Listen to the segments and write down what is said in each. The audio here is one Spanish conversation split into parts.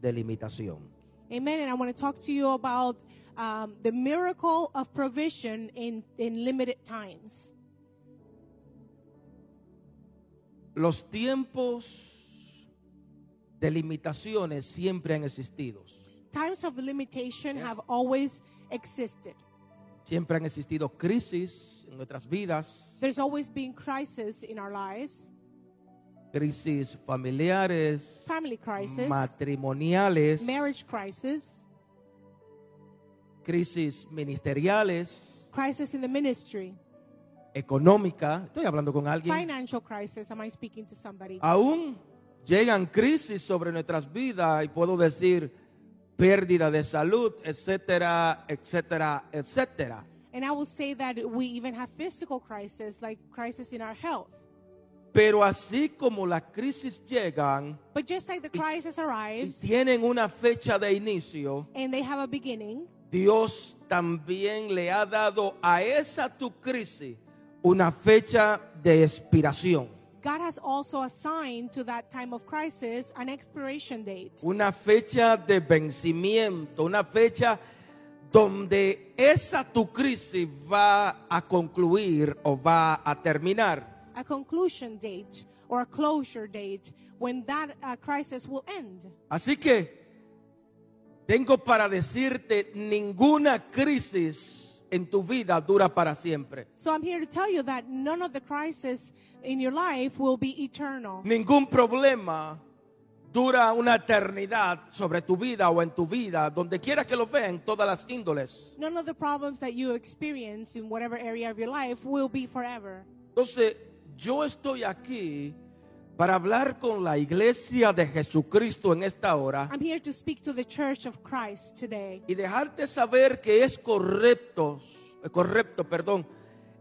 de limitación. Amen. And I want to talk to you about um, the miracle of provision in, in limited times. Los tiempos de limitaciones siempre han existido. Times of limitation have always existed. Siempre han existido crisis en nuestras vidas, There's always been crisis in our lives, crisis familiares, family crisis, matrimoniales, marriage crisis, crisis ministeriales, crisis in the ministry, económica. Estoy hablando con alguien. financial crisis. Am I speaking to somebody? Uh. Aún llegan crisis sobre nuestras vidas y puedo decir pérdida de salud, etcétera, etcétera, etcétera. And I will say that we even have physical crisis, like crisis in our health. Pero así como las crisis llegan But just like the crisis y arrives tienen una fecha de inicio, and they have a beginning, Dios también le ha dado a esa tu crisis una fecha de expiración, God has also assigned to that time of crisis an expiration date, una fecha de vencimiento, una fecha donde esa tu crisis va a concluir o va a terminar. a conclusion date, or a closure date when that uh, crisis will end. Así que tengo para decirte, ninguna crisis en tu vida dura para siempre. So I'm here to tell you that none of the crisis in your life will be eternal. Ningún problema dura una eternidad sobre tu vida o en tu vida, donde quiera que lo vean, todas las índoles. None of the problems that you experience in whatever area of your life will be forever. Entonces, yo estoy aquí para hablar con la iglesia de Jesucristo en esta hora I'm here to speak to the church of Christ today y dejarte saber que es correcto, eh, correcto, perdón,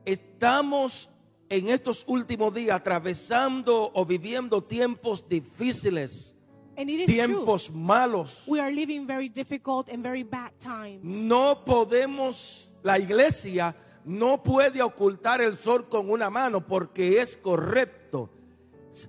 estamos en estos últimos días atravesando o viviendo tiempos difíciles, and it is true. tiempos malos. We are living very difficult and very bad times. No podemos, la iglesia no puede ocultar el sol con una mano porque es correcto.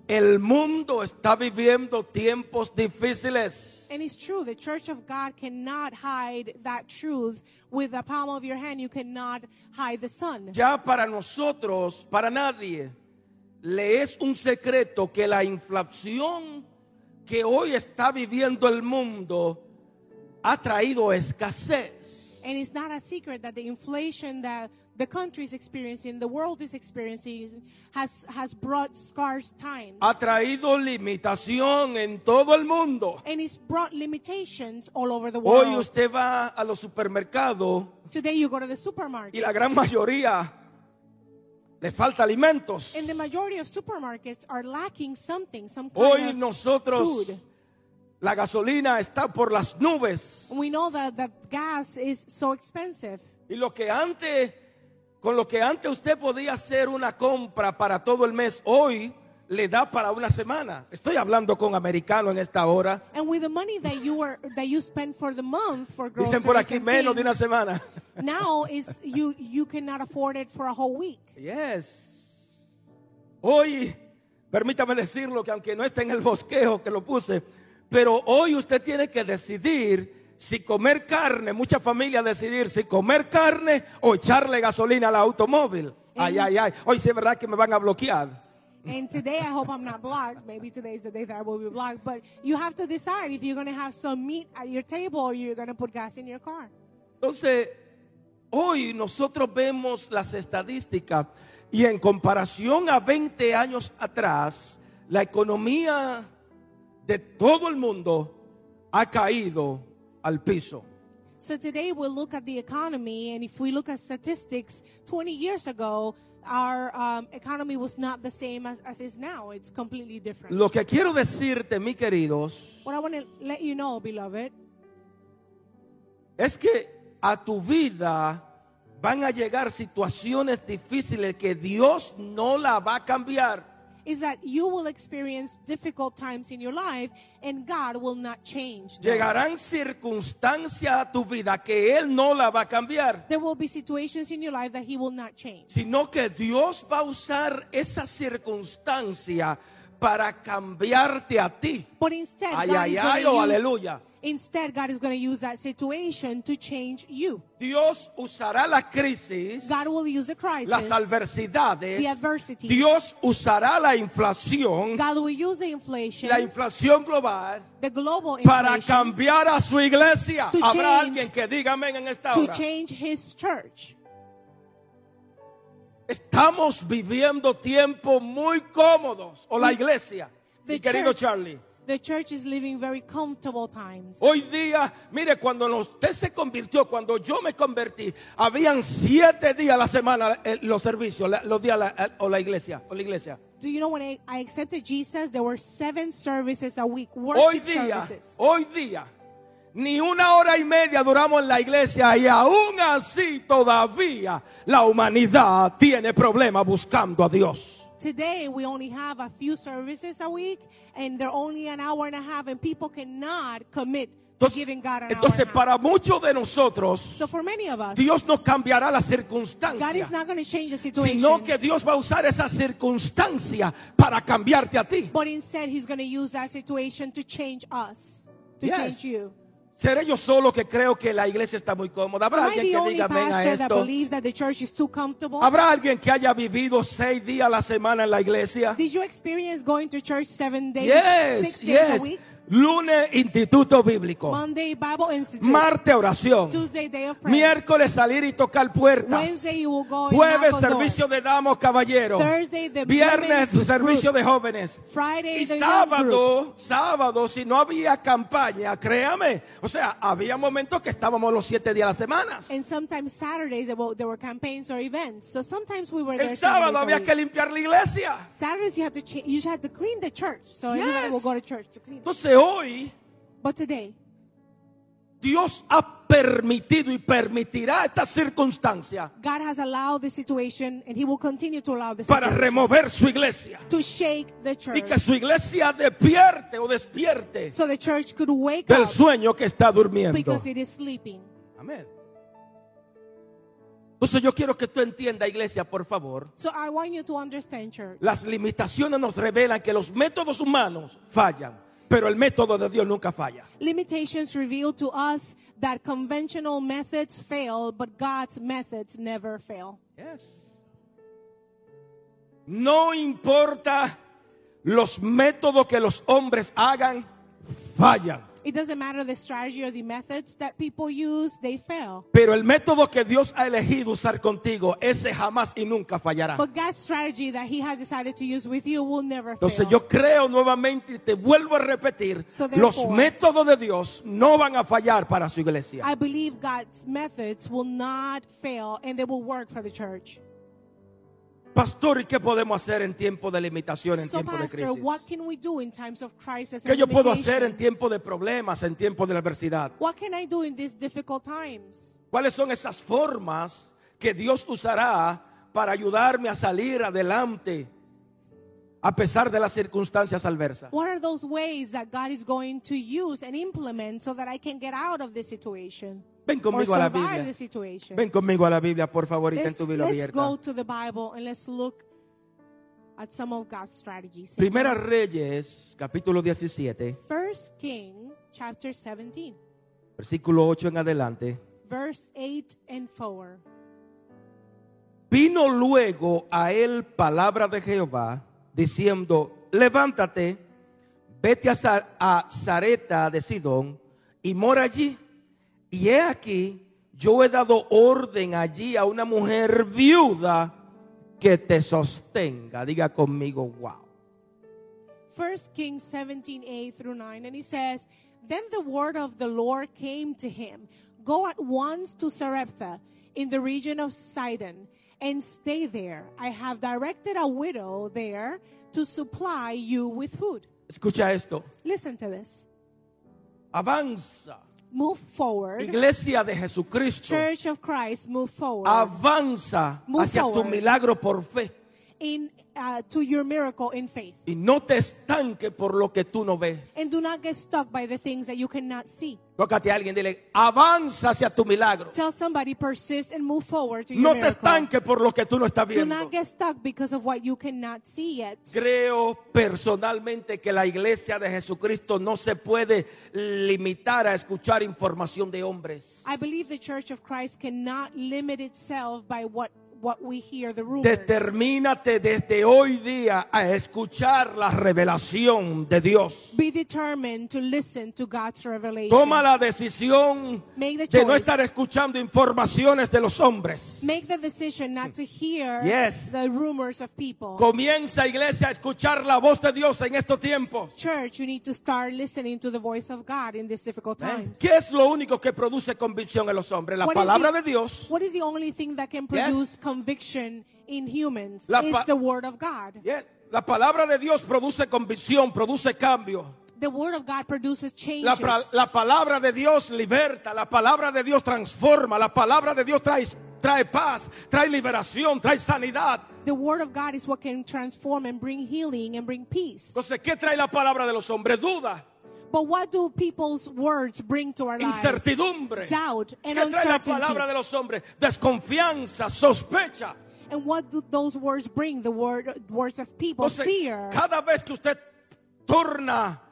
El mundo está viviendo tiempos difíciles. And it's true, the church of God cannot hide that truth. With the palm of your hand, you cannot hide the sun. Ya para nosotros, para nadie, le es un secreto que la inflación que hoy está viviendo el mundo ha traído escasez. And it's not a secret that the inflation that the country is experiencing, the world is experiencing, has, has brought scarce times. Ha traído limitación en todo el mundo. And it's brought limitations all over the Hoy world. usted va a los supermercados Today, you go to the y supermarket, la gran mayoría le falta alimentos. and the majority of supermarkets are lacking something, some kind Hoy of Oh, nosotros food. la gasolina está por las nubes We know that, that gas is so expensive. y lo que antes con lo que antes usted podía hacer una compra para todo el mes, hoy le da para una semana. Estoy hablando con americanos en esta hora. And with the money that you were that you spend for the month for groceries, Dicen por aquí and menos de una things, semana. now is you you cannot afford it for a whole week. Yes. Hoy, permítame decirlo que aunque no esté en el bosquejo que lo puse, pero hoy usted tiene que decidir si comer carne, muchas familias decidir si comer carne o echarle gasolina al automóvil. Ay, ay, ay. Hoy sí es verdad que me van a bloquear. And today, I hope I'm not blocked. Maybe today is the day that I will be blocked. But you have to decide if you're going to have some meat at your table or you're going to put gas in your car. Entonces, hoy nosotros vemos las estadísticas y en comparación a 20 años atrás, la economía de todo el mundo ha caído al piso. So today, we'll look at the economy, and if we look at statistics, 20 years ago, our um, economy was not the same as, as is now. It's completely different. Lo que quiero decirte, mis queridos, What I want to let you know, beloved, es que a tu vida van a llegar situaciones difíciles que Dios no la va a cambiar. is that you will experience difficult times in your life and God will not change. them. Llegarán circunstancias a tu vida que Él no la va a cambiar, There will be situations in your life that He will not change. sino que Dios va a usar esa circunstancia para cambiarte a ti. But instead, Ay, God ay, is ay, gonna oh, use- aleluya. Instead, God is going to use that situation to change you. Dios usará la crisis, God will use a crisis. las adversidades. The adversities. Dios usará la inflación, God will use the inflation, la inflación global, the global para inflation, cambiar a su iglesia. To Habrá change- alguien que diga amén en esta to hora. change His church. Estamos viviendo tiempos muy cómodos, o la iglesia. The Mi querido church- Charlie. The church is living very comfortable times. Hoy día, mire, cuando nos- usted se convirtió, cuando yo me convertí, habían siete días a la semana eh, los servicios, la- los días a la- a- o la iglesia, o la iglesia. Do you know when I, I accepted Jesus, there were seven services a week, Hoy worship día, services. hoy día, ni una hora y media duramos en la iglesia y aún así todavía la humanidad tiene problemas buscando a Dios. Today, we only have a few services a week, and they're only an hour and a half, and people cannot commit to Entonces, giving God an entonces, hour and a half. para muchos de nosotros, So for many of us, Dios no cambiará la God is circunstancia, not going to change the situation. sino que Dios va a usar esa circunstancia para cambiarte a ti. But instead, he's going to use that situation to change us, to Yes. change you. Seré yo solo que creo que la iglesia está muy cómoda. Habrá Am I the alguien que only diga amén a pastor that esto. believes that the church is too comfortable? Habrá alguien que haya vivido seis días a la semana en la iglesia. Did you experience going to church seven days, six Yes, days yes. a week? Lunes, instituto bíblico. Monday, Bible Institute. Martes, oración. Tuesday, day of prayer. Miércoles, salir y tocar puertas. Wednesday, you will go and Jueves, knock on servicio de doors. damos, caballero. Thursday, the Viernes, women's servicio group. de jóvenes. Friday, Y the young group. sábado, sábado, si no había campaña, créame. O sea, había momentos que estábamos los siete días a la semana. And sometimes Saturdays, there were, there were campaigns or events. So sometimes we were there. El seven sábado days a había week. que limpiar la iglesia. Saturdays, you have to cha- you just have to clean the church. So everybody Yes. will go to church to clean. it. Entonces hoy But today, Dios ha permitido y permitirá esta circunstancia God has allowed the situation, and He will continue to allow this para remover su iglesia to shake the church, y que su iglesia despierte o despierte so the church could wake del up sueño que está durmiendo. because it is sleeping. Amén. Entonces yo quiero que tú entiendas, iglesia, por favor. So I want you to understand, church. Las limitaciones nos revelan que los métodos humanos fallan, pero el método de Dios nunca falla. Limitations reveal to us that conventional methods fail, but God's methods never fail. No importa los métodos que los hombres hagan, fallan. It doesn't matter the strategy or the methods that people use, they fail. Pero el método que Dios ha elegido usar contigo, ese jamás y nunca fallará. But God's strategy that He has decided to use with you will never Entonces fail. yo creo nuevamente y te vuelvo a repetir, So therefore- los métodos de Dios no van a fallar para su iglesia. I believe God's methods will not fail and they will work for the church. Pastor, ¿y qué podemos hacer en tiempo de limitación, en So, tiempo de Pastor, crisis? what can we do in times of crisis? ¿Qué and yo puedo hacer en limitation? tiempo de problemas, en tiempo de adversidad? What can I do in these difficult times? ¿Cuáles son esas formas que Dios usará para ayudarme a salir adelante a pesar de las circunstancias adversas? What are those ways that God is going to use and implement so that I can get out of this situation? Ven or conmigo a la survive Biblia. the situation. Ven conmigo a la Biblia, por favor, y ten let's tu Biblia let's abierta. go to the Bible and let's look at some of God's strategies. Primera Reyes, capítulo 17, First King chapter 17, versículo 8 en adelante. verse 8 and 4. Vino luego a él palabra de Jehová, diciendo, levántate, vete a, Sa- a Zareta de Sidón y mora allí. Y he aquí, yo he dado orden allí a una mujer viuda que te sostenga. Diga conmigo, wow. First Kings 17, 8 through 9, and he says, Then the word of the Lord came to him, Go at once to Sarepta in the region of Sidon, and stay there. I have directed a widow there to supply you with food. Escucha esto. Listen to this. Avanza. Move forward. Iglesia de Jesucristo. Church of Christ, move forward Avanza Move hacia tu forward. milagro por fe. in uh, to your miracle in faith. Y no te estanque por lo que tú no ves. And do not get stuck by the things that you cannot see. Tócate a alguien, dile, avanza hacia tu milagro. Tell somebody persist and move forward to your No te miracle. estanque por lo que tú no estás Do viendo. not get stuck because of what you cannot see yet. Creo personalmente que la iglesia de Jesucristo no se puede limitar a escuchar información de hombres. I believe the Church of Christ cannot limit itself by what what we hear the rumors. Determínate desde hoy día a escuchar la revelación de Dios. Be determined to listen to God's revelation. Toma la decisión Make the de no choice. estar escuchando informaciones de los hombres. Make the decision not to hear Yes. the rumors of people. Comienza iglesia a escuchar la voz de Dios en estos tiempos. Church, you need to start listening to the voice of God in these difficult times. ¿Qué es lo único que produce convicción en los hombres? La What is palabra the- de Dios. What is the only thing that can Yes. produce conviction in humans? La pa- it's the word of God. Yeah, La palabra de Dios produce convicción, produce cambio. The word of God produces changes. La, pra- la palabra de Dios liberta, la palabra de Dios transforma, la palabra de Dios trae, trae paz, trae liberación, trae sanidad. the word of God is what can transform and bring healing and bring peace. Entonces, ¿qué trae la palabra de los hombres? Duda, But what do people's words bring to our lives? incertidumbre. Doubt ¿Qué and trae la palabra uncertainty. de los hombres? Desconfianza, sospecha. And what do those words bring? The word words of people, Entonces, fear. cada vez que usted torna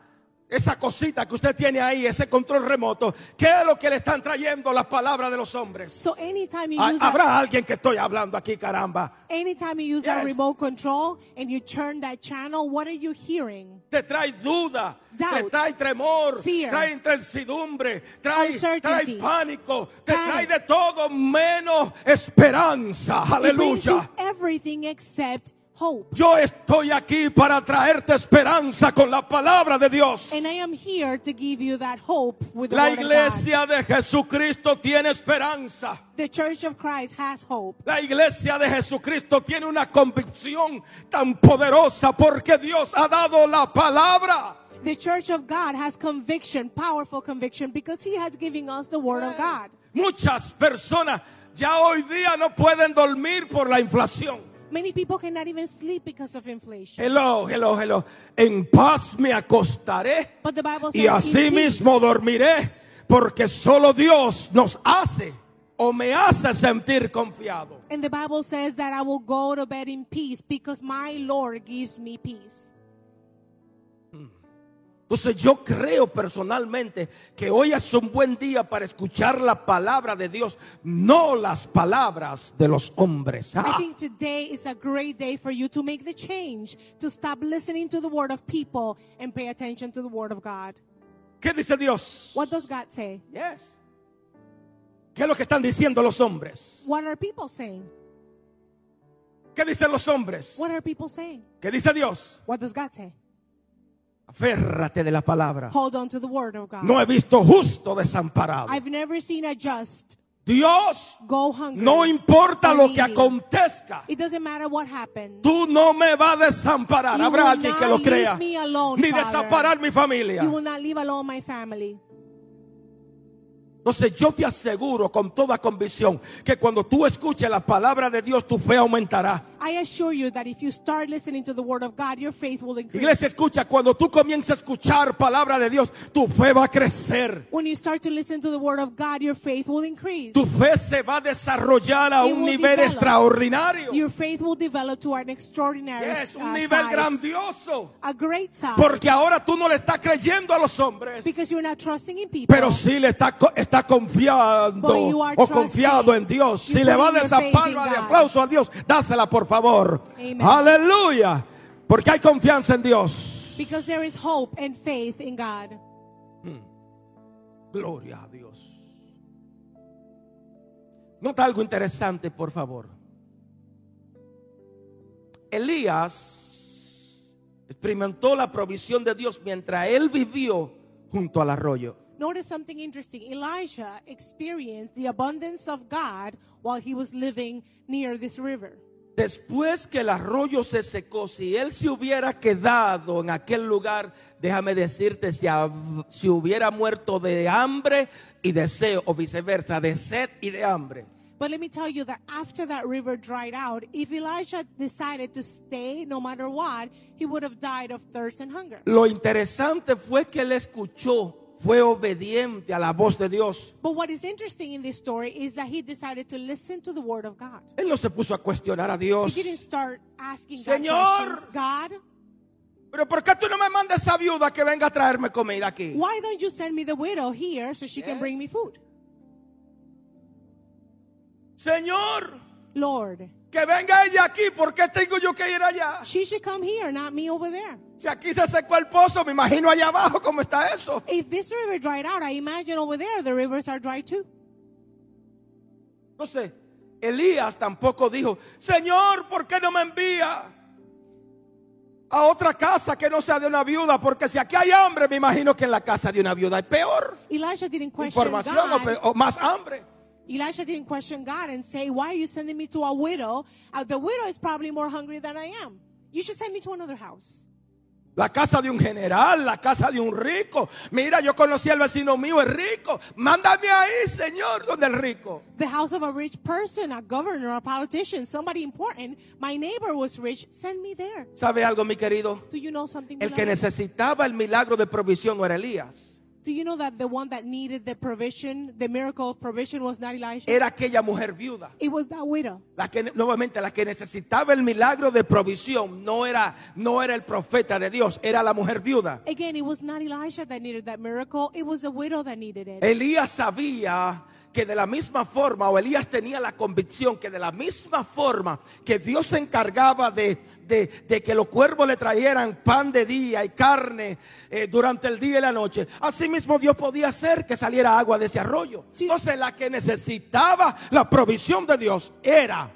esa cosita que usted tiene ahí, ese control remoto, ¿qué es lo que le están trayendo las palabras de los hombres? So anytime you Ah, use that, Habrá alguien que estoy hablando aquí, caramba. anytime you use that Yes. remote control and you turn that channel, what are you hearing? Te trae duda, te Doubt. trae tremor, Fear. trae incertidumbre, trae, trae Uncertainty. pánico, te Panic. trae de todo menos esperanza. It brings you Aleluya. everything except hope. Yo estoy aquí para traerte esperanza con la palabra de Dios. And I am here to give you that hope with the La word of God. iglesia de Jesucristo tiene esperanza. The Church of Christ has hope. La iglesia de Jesucristo tiene una convicción tan poderosa porque Dios ha dado la palabra. The Church of God has conviction, powerful conviction, because He has given us the Word of God. Muchas personas ya hoy día no pueden dormir por la inflación. Many people cannot even sleep because of inflation. Hello, hello, hello. En paz me acostaré But the Bible says, y así "In peace, mismo dormiré porque solo Dios nos hace o me hace sentir confiado. And the Bible says that I will go to bed in peace because my Lord gives me peace. Entonces yo creo personalmente que hoy es un buen día para escuchar la palabra de Dios, no las palabras de los hombres. I Ah, think today is a great day for you to make the change, to stop listening to the word of people and pay attention to the word of God. ¿Qué dice Dios? What does God say? Yes. ¿Qué es lo que están diciendo los hombres? What are people saying? ¿Qué dicen los hombres? What are people saying? ¿Qué dice Dios? What does God say? Aférrate de la palabra. Hold on to the word of God. No he visto justo desamparado. I've never seen a just Dios, go hungry. no importa or lo que needy. acontezca. It doesn't matter what happened. Tú no me vas a desamparar. You Habrá will alguien que not lo leave crea. me alone, Ni Father. desamparar mi familia. You will not leave alone my family. Entonces yo te aseguro con toda convicción que cuando tú escuches la palabra de Dios tu fe aumentará. I assure you that if you start listening to the word of God, your faith will increase. Iglesia, escucha, cuando tú comiences a escuchar palabra de Dios, tu fe va a crecer. When you start to listen to the word of God, your faith will increase. Tu fe se va a desarrollar a It un will nivel develop. extraordinario. Your faith will develop to an extraordinary Es un uh, nivel size. grandioso. A great size. Porque ahora tú no le estás creyendo a los hombres, because you're not trusting in people. pero sí le estás co- está confiando But you are o trusting. confiado en Dios. You're Si le va a putting your faith in desamparo, de God. aplauso a Dios, dásela por favor. Amen. Aleluya. Porque hay confianza en Dios. Because there is hope and faith in God. Gloria a Dios. Nota algo interesante, por favor. Elías experimentó la provisión de Dios mientras él vivió junto al arroyo. Notice something interesting. Elijah experienced the abundance of God while he was living near this river. Después que el arroyo se secó, si él se hubiera quedado en aquel lugar, déjame decirte, si, hab- si hubiera muerto de hambre y deseo, o viceversa, de sed y de hambre. But let me tell you that after that river dried out, if Elijah decided to stay no matter what, he would have died of thirst and hunger. Lo interesante fue que él escuchó, fue obediente a la voz de Dios. But what is interesting in this story is that he decided to listen to the word of God. Él no se puso a cuestionar a He Dios. didn't start asking Señor. God questions. God, Pero ¿por qué tú no me mandas esa viuda que venga a traerme comida aquí? why don't you send me the widow here so she can Yes. bring me food? Señor, Lord, que venga ella aquí, ¿por qué tengo yo que ir allá? she should come here, not me over there. Si aquí se secó el pozo, me imagino allá abajo cómo está eso. If this river dried out, I imagine over there the rivers are dry too. No sé, Elías tampoco dijo, Señor, ¿por qué no me envía a otra casa que no sea de una viuda? Porque si aquí hay hambre, me imagino que en la casa de una viuda hay peor Elijah didn't question información o, God. pe- o más hambre. Elisha didn't question God and say, Why are you sending me to a widow? Uh, the widow is probably more hungry than I am. You should send me to another house. La casa de un general, la casa de un rico. Mira, yo conocí al vecino mío, es rico. Mándame ahí, Señor, donde el rico. The house of a rich person, a governor, a politician, somebody important. My neighbor was rich. Send me there. ¿Sabe algo, mi querido? Do you know something? El que beloved? necesitaba el milagro de provisión no era Elías. Do you know that the one that needed the provision, the miracle of provision, was not Elisha? Era aquella mujer viuda. it was that widow. La que nuevamente la que necesitaba el milagro de provisión no era no era el profeta de Dios, era la mujer viuda. Again, it was not Elisha that needed that miracle. It was the widow that needed it. Elías sabía que de la misma forma, o Elías tenía la convicción que de la misma forma que Dios se encargaba de, de- de que los cuervos le trajeran pan de día y carne eh, durante el día y la noche, asimismo Dios podía hacer que saliera agua de ese arroyo. Sí. Entonces la que necesitaba la provisión de Dios era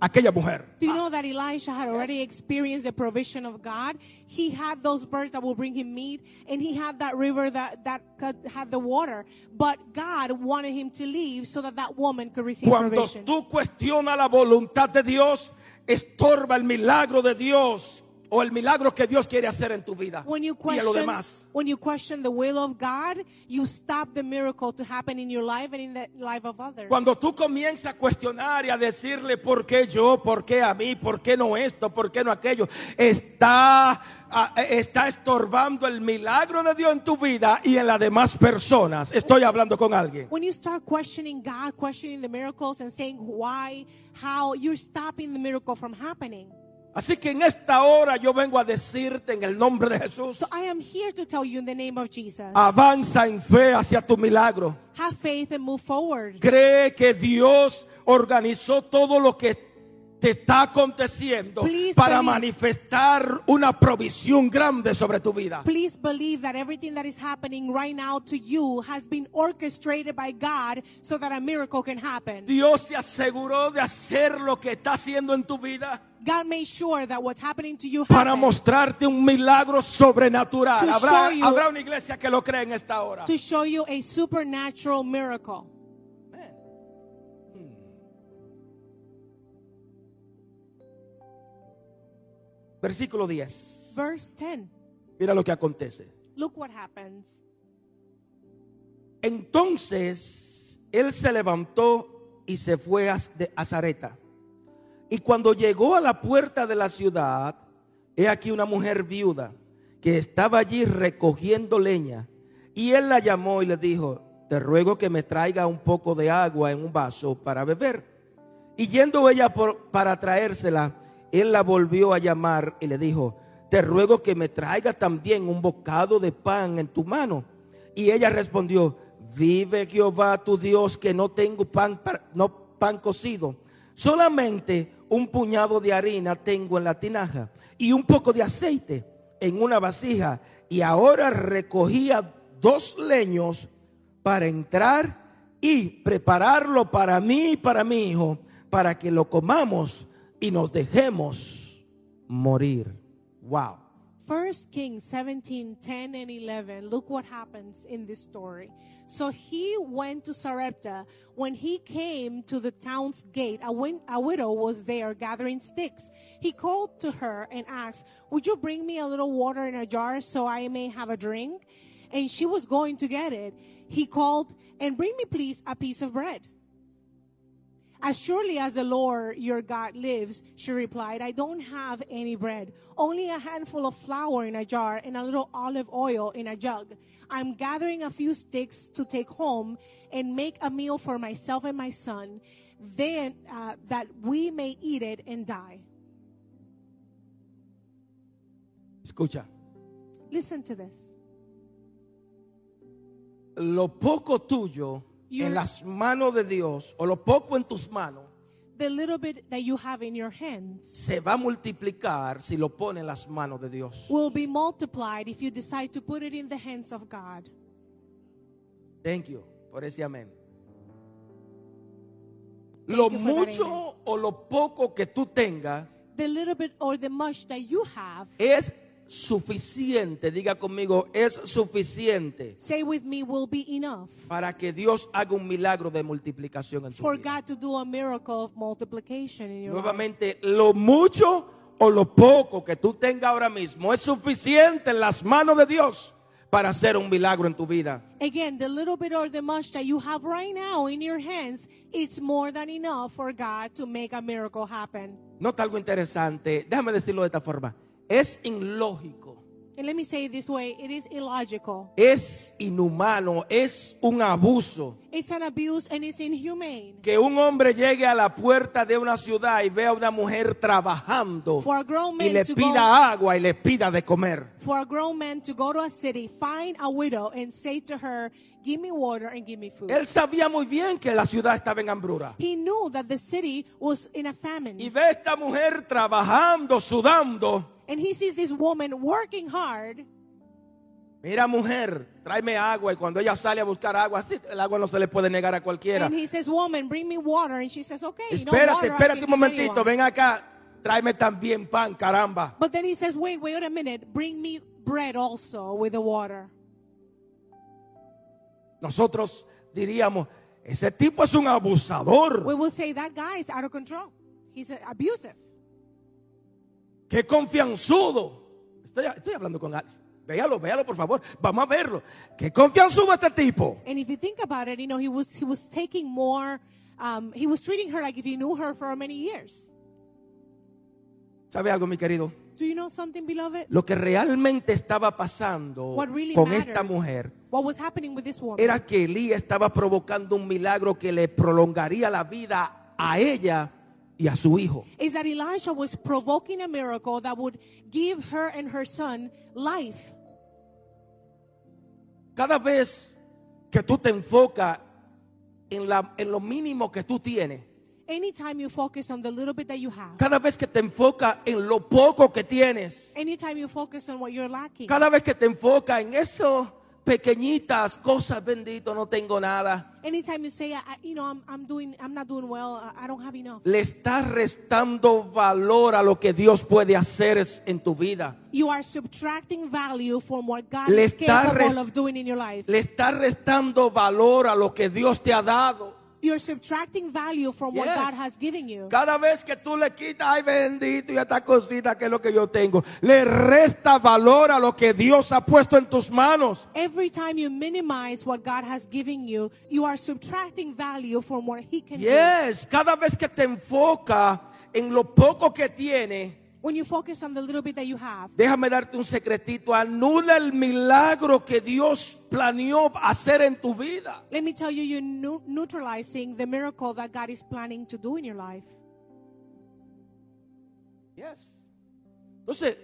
aquella mujer. Do you know that Elisha had already experienced the provision of God? He had those birds that will bring him meat, and he had that river that, that could, had the water. But God wanted him to leave so that that woman could receive Cuando provision. tú cuestionas la voluntad de Dios, estorba el milagro de Dios o el milagro que Dios quiere hacer en tu vida When you y a lo question, demás. when you question the will of God, you stop the miracle to happen in your life and in the life of others. Cuando tú comienzas a cuestionar y a decirle por qué yo, por qué a mí, por qué no esto, por qué no aquello, está, ah, eh, está estorbando el milagro de Dios en tu vida y en las demás personas. Estoy hablando con alguien. When you start questioning God, questioning the miracles, and saying why, how, you're stopping the miracle from happening. Así que en esta hora yo vengo a decirte en el nombre de Jesús, So I am here to tell you in the name of Jesus. avanza en fe hacia tu milagro. Have faith and move forward. cree que Dios organizó todo lo que te está aconteciendo Please para believe. manifestar una provisión grande sobre tu vida. Please believe that everything that is happening right now to you has been orchestrated by God so that a miracle can happen. Dios se aseguró de hacer lo que está haciendo en tu vida God made sure that what's happening to you para happens mostrarte un milagro sobrenatural. To Habrá, show you- habrá una iglesia que lo cree en esta hora. to show you a supernatural miracle. Versículo 10. Verse 10. Mira lo que acontece. Look what happens. Entonces él se levantó y se fue a de- a Zareta. Y cuando llegó a la puerta de la ciudad, he aquí una mujer viuda que estaba allí recogiendo leña. Y él la llamó y le dijo, te ruego que me traiga un poco de agua en un vaso para beber. Y yendo ella por- para traérsela, él la volvió a llamar y le dijo, te ruego que me traiga también un bocado de pan en tu mano. Y ella respondió, vive Jehová tu Dios que no tengo pan, para- no pan cocido, solamente un puñado de harina tengo en la tinaja y un poco de aceite en una vasija. Y ahora recogía dos leños para entrar y prepararlo para mí y para mi hijo, para que lo comamos y nos dejemos morir. Wow. First Kings 17, 10 and 11. Look what happens in this story. So he went to Sarepta. When he came to the town's gate, a, win- a widow was there gathering sticks. He called to her and asked, would you bring me a little water in a jar so I may have a drink? And she was going to get it. He called and bring me please a piece of bread. As surely as the Lord your God lives, she replied, I don't have any bread, only a handful of flour in a jar and a little olive oil in a jug. I'm gathering a few sticks to take home and make a meal for myself and my son, then uh, that we may eat it and die. Escucha, Listen to this. lo poco tuyo You're- en las manos de Dios o lo poco en tus manos The little bit that you have in your hands se va a multiplicar si lo pone en las manos de Dios. will be multiplied if you decide to put it in the hands of God. Thank you por ese amén. Lo you for that amen. mucho o lo poco que tú tengas The little bit or the much that you have es suficiente, diga conmigo, es suficiente say with me, will be enough para que Dios haga un milagro de multiplicación en tu for vida. God to do a miracle of multiplication in your life. Nuevamente, lo mucho o lo poco que tú tengas ahora mismo es suficiente en las manos de Dios para hacer un milagro en tu vida. Again, the little bit or the much that you have right now in your hands, it's more than enough for God to make a miracle happen. Nota algo interesante, déjame decirlo de esta forma, es ilógico, And let me say it this way it is illogical, es inhumano, es un abuso it's an abuse, and it's inhumane. que un hombre llegue a la puerta de una ciudad y vea a una mujer trabajando For a grown y man le to pida agua y le pida de comer. for a grown man to go to a city, find a widow, and say to her, Give me water and give me food. Él sabía muy bien que la ciudad estaba en hambruna. he knew that the city was in a famine. Y ve a esta mujer trabajando, sudando. and he sees this woman working hard. Mira mujer, tráeme agua y cuando ella sale a buscar agua, así, el agua no se le puede negar a cualquiera. And he says, Woman, bring me water. And she says, Okay, no Espérate, water, I espérate can un give momentito, anyone." ven acá, tráeme también pan, caramba. But then he says, Wait, wait a minute. Bring me bread also with the water. Nosotros diríamos, ese tipo es un We abusador. will say, That guy is out of control. He's uh, abusive. Qué confianzudo. Estoy, estoy hablando con Alex. Véalo, véalo, por favor. Vamos a verlo. Qué confianzudo este tipo. And if you think about it, you know, he was, he was taking more, um, he was treating her like if he knew her for many years. ¿Sabe algo, mi querido? Do you know something, beloved? Lo que realmente estaba pasando What really con mattered. esta mujer What was happening with this woman era que Elías estaba provocando un milagro que le prolongaría la vida a ella y a su hijo. is that Elijah was provoking a miracle that would give her and her son life. Cada vez que tú te enfocas en, la- en lo mínimo que tú tienes, Anytime you focus on the little bit that you have, cada vez que te enfocas en lo poco que tienes, anytime you focus on what you're lacking, cada vez que te enfocas en esas pequeñitas cosas, bendito, no tengo nada, anytime you say, I, I- you know, I'm, I'm doing, I'm not doing well, I, I don't have enough. le estás restando valor a lo que Dios puede hacer es- en tu vida. You are subtracting value from what God Le is está capable rest- of doing in your life. Le estás restando valor a lo que Dios te ha dado. You're subtracting value from what Yes. God has given you. Cada vez que tú le quitas, ay bendito, y esta cosita que es lo que yo tengo, le resta valor a lo que Dios ha puesto en tus manos. Every time you minimize what God has given you, you are subtracting value from what He can do. Yes, cada vez que te enfoca en lo poco que tiene, When you focus on the little bit that you have, déjame darte un secretito, anula el milagro que Dios planeó hacer en tu vida. let me tell you, you're nu- neutralizing the miracle that God is planning to do in your life. Yes. Entonces,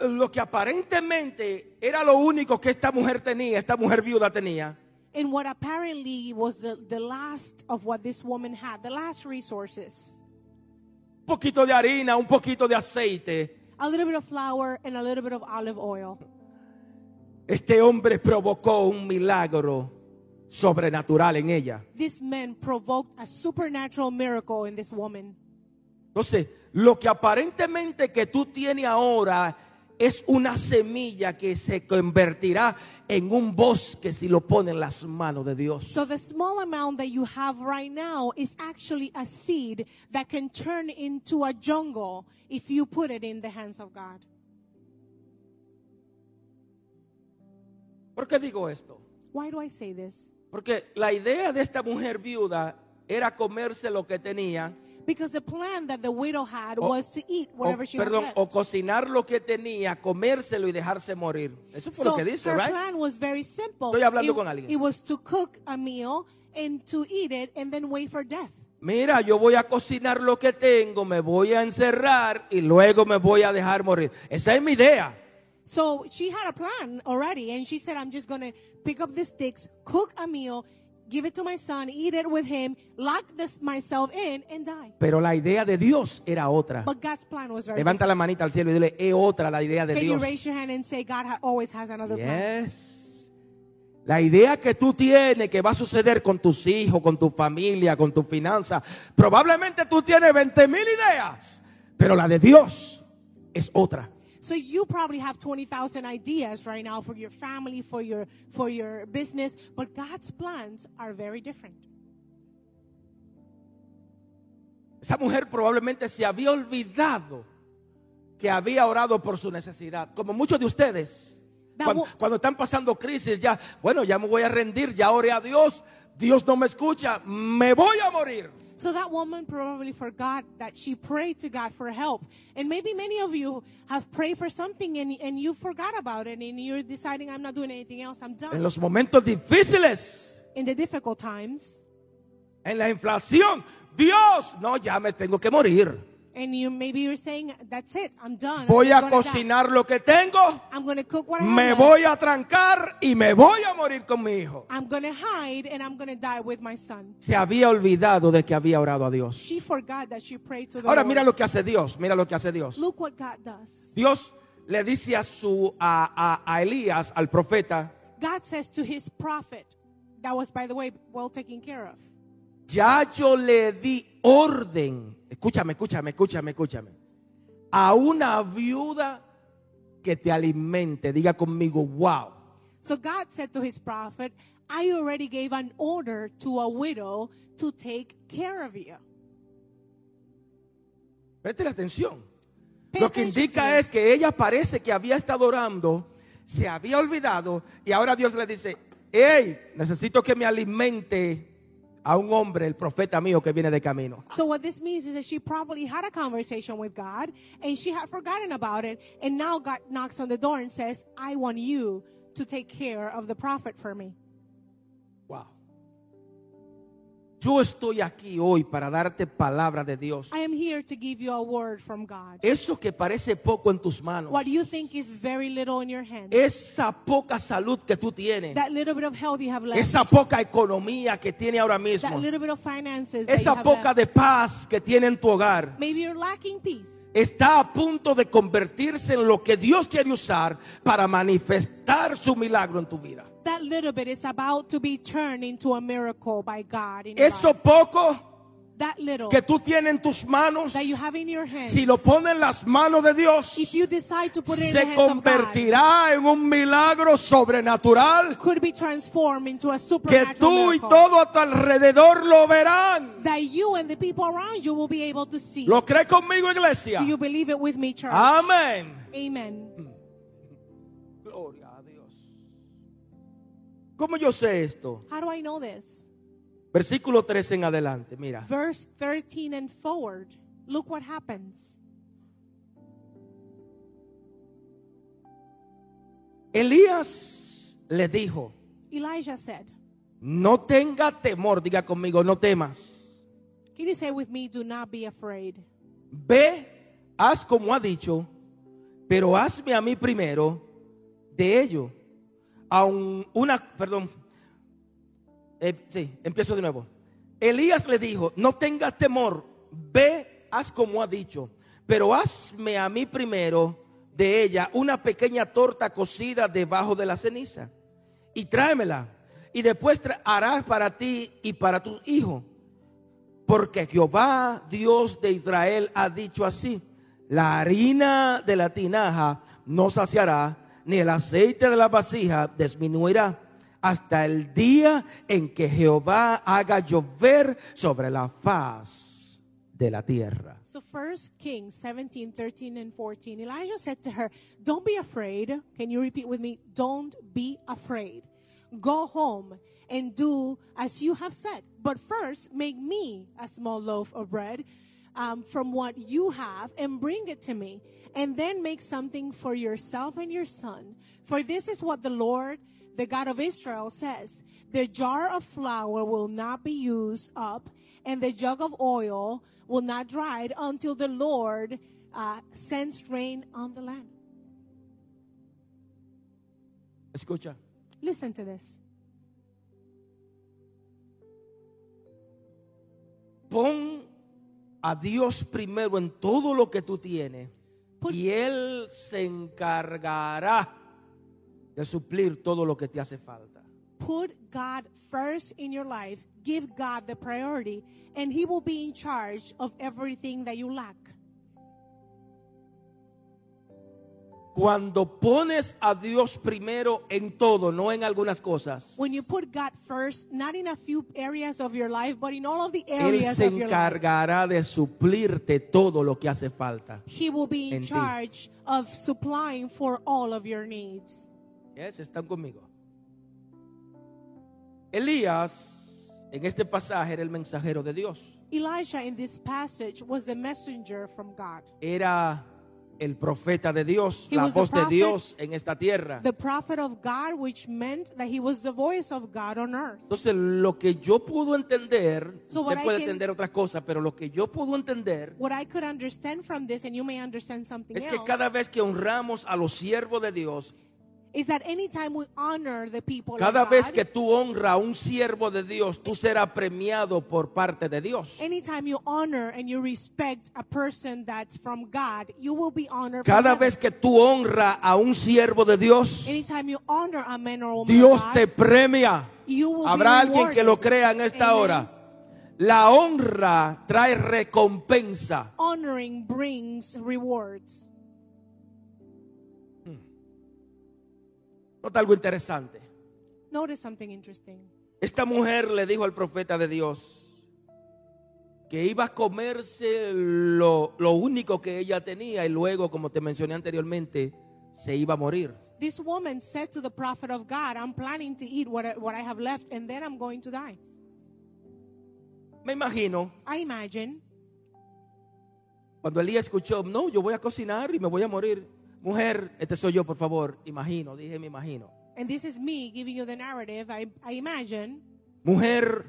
lo que aparentemente era lo único que esta mujer tenía, esta mujer viuda tenía, And what apparently was the, the last of what this woman had, the last resources un poquito de harina, un poquito de aceite. a little bit of flour and a little bit of olive oil. Este hombre provocó un milagro sobrenatural en ella. This man provoked a supernatural miracle in this woman. Entonces, lo que aparentemente que tú tienes ahora es una semilla que se convertirá en un bosque si lo pone en las manos de Dios. So the small amount that you have right now is actually a seed that can turn into a jungle if you put it in the hands of God. ¿Por qué digo esto? Why do I say this? Porque la idea de esta mujer viuda era comerse lo que tenía, Because the plan that the widow had O- was to eat o, whatever she Oh, perdón, had left. o cocinar lo que tenía, comérselo y dejarse morir. Eso fue So lo que dice, her right? plan was very simple. Estoy hablando it, con alguien. it was to cook a meal and to eat it and then wait for death. Mira, yo voy a cocinar lo que tengo, me voy a encerrar y luego me voy a dejar morir. Esa es mi idea. So she had a plan already, and she said, "I'm just gonna pick up the sticks, cook a meal, give it to my son, eat it with him, lock this myself in, and die." Pero la idea de Dios era otra. But God's plan was very. Levanta la manita al cielo y dile, es otra la idea de Can you Dios. raise your hand and say, "God ha- always has another plan"? Yes. La idea que tú tienes que va a suceder con tus hijos, con tu familia, con tu finanza. Probablemente tú tienes 20 mil ideas, pero la de Dios es otra. So you probably have 20,000 ideas right now for your family, for your for your business, but God's plans are very different. Esa mujer probablemente se había olvidado que había orado por su necesidad, como muchos de ustedes. Da- Cuando, cuando están pasando crisis, ya, bueno, ya me voy a rendir, ya oré a Dios, Dios no me escucha, me voy a morir. So that woman probably forgot that she prayed to God for help. And maybe many of you have prayed for something and, and you forgot about it and you're deciding, I'm not doing anything else, I'm done. En los momentos difíciles, In the difficult times, en la inflación, Dios, no, ya me tengo que morir. and you maybe you're saying, That's it, I'm done. Voy I'm a gonna die. cocinar lo que tengo, I'm going to cook what I me have. voy a trancar y me voy a morir con mi hijo. I'm going to hide and I'm going to die with my son. Se había olvidado de que había orado a Dios. She forgot that she prayed to the Ahora Lord. mira lo que hace Dios, mira lo que hace Dios. Look what God does. Dios le dice a su a, a- a Elías, al profeta, God says to his prophet, that was, by the way, well taken care of. ya yo le di orden, escúchame, escúchame, escúchame, escúchame, a una viuda que te alimente, diga conmigo, wow. So God said to his prophet, I already gave an order to a widow to take care of you. Preste la atención. Pay Lo que attention to indica this. es que ella parece que había estado orando, se había olvidado y ahora Dios le dice, hey, necesito que me alimente a un hombre, el profeta mío que viene de camino. So what this means is that she probably had a conversation with God and she had forgotten about it. And now God knocks on the door and says, I want you to take care of the prophet for me. Wow. Yo estoy aquí hoy para darte palabra de Dios. I am here to give you a word from God. Eso que parece poco en tus manos, What you think is very little in your hand, esa poca salud que tú tienes, that little bit of health you have left, esa poca economía que tiene ahora that mismo, little bit of finances, that you esa have poca left. de paz que tiene en tu hogar, maybe you're lacking peace. está a punto de convertirse en lo que Dios quiere usar para manifestar su milagro en tu vida. that little bit is about to be turned into a miracle by God. In your Eso life. poco that little que tú tienes en tus manos, that you have in your hand, si lo pones en las manos de Dios, if you decide to put it in the se hands of God, convertirá en un milagro sobrenatural could be transformed into a que supernatural tú y miracle todo a tu alrededor lo verán. that you and the people around you will be able to see. ¿Lo Ah. crees conmigo, iglesia? Do you believe it with me, church? Amén. Amen. Gloria a Dios. ¿Cómo yo sé esto? How do I know this? Versículo 13 en adelante, mira. Verse 13 and forward. Look what happens. Elías le dijo, Elijah said, no tenga temor, diga conmigo, no temas. Can you say with me, do not be afraid? Ve, haz como ha dicho, pero hazme a mí primero de ello. Aun una, perdón, Eh, sí, empiezo de nuevo. Elías le dijo, no tengas temor, ve, haz como ha dicho, pero hazme a mí primero de ella una pequeña torta cocida debajo de la ceniza y tráemela y después tra- harás para ti y para tu hijo. Porque Jehová, Dios de Israel, ha dicho así, la harina de la tinaja no saciará, ni el aceite de la vasija disminuirá hasta el día en que Jehová haga llover sobre la faz de la tierra. So first Kings 17, 13 and 14. Elijah said to her, Don't be afraid. Can you repeat with me? Don't be afraid. Go home and do as you have said. But first make me a small loaf of bread um, from what you have and bring it to me. And then make something for yourself and your son. For this is what the Lord the God of Israel says, the jar of flour will not be used up, and the jug of oil will not dry until the Lord uh, sends rain on the land. Escucha, Listen to this. pon a Dios primero en todo lo que tú tienes Put- y Él se encargará de suplir todo lo que te hace falta. Put God first in your life. Give God the priority, and He will be in charge of everything that you lack. Cuando pones a Dios primero en todo, no en algunas cosas, When you put God first, not in a few areas of your life, but in all of the Él areas se of your life. encargará de suplirte todo lo que hace falta. He will be in en ti. charge of supplying for all of your needs. Yes, están conmigo. Elías, en este pasaje, era el mensajero de Dios. Elijah in this passage was the messenger from God, Era el profeta de Dios, He la was the voz de prophet. Dios en esta tierra. the prophet of God, which meant that he was the voice of God on earth. Entonces, lo que yo puedo entender, So what usted I puede can- entender otras cosas, pero lo que yo puedo entender What I could understand from this, and you may understand something es que else, cada vez que honramos a los siervos de Dios, is that anytime we honor the people cada of vez God, que tú honras a un siervo de Dios, tú serás premiado por parte de Dios. anytime you honor and you respect a person that's from God, you will be honored. from Cada heaven. vez que tú honras a un siervo de Dios, anytime you honor a man or woman, of Dios God, te premia. you will Habrá be alguien que lo rewarded. crea en esta Amen. hora. La honra trae recompensa. Honoring brings rewards. Nota algo interesante. Notice something interesting. Esta mujer le dijo al profeta de Dios que iba a comerse lo, lo único que ella tenía y luego, como te mencioné anteriormente, se iba a morir. This woman said to the prophet of God, I'm planning to eat what I, what I have left and then I'm going to die. Me imagino I imagine cuando Elías escuchó, no, yo voy a cocinar y me voy a morir. Mujer, este soy yo, por favor. Imagino, dije, me imagino. And this is me giving you the narrative. I, I imagine, Mujer,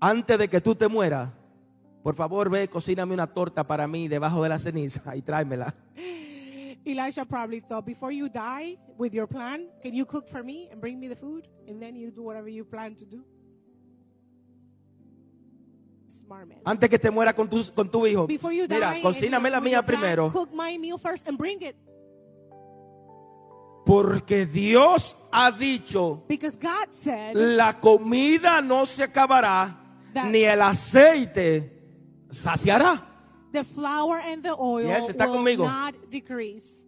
antes de que tú te mueras, por favor ve, cocíname una torta para mí debajo de la ceniza y tráemela. Elisha probably thought, before you die with your plan, can you cook for me and bring me the food? And then you do whatever you plan to do. Smart man. Antes que te muera con tu, con tu hijo, Before you die, mira, and cocíname la with your mía plan, primero. Cook my meal first and bring it. Porque Dios ha dicho, Because God said, la comida no se acabará, That- ni el aceite saciará. the flour and the oil Yes, está will conmigo. not decrease.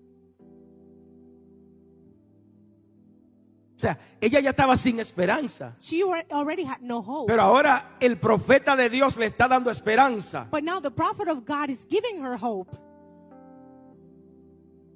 O sea, ella ya estaba sin esperanza. She wa- already had no hope. Pero ahora el profeta de Dios le está dando esperanza. But now the prophet of God is giving her hope.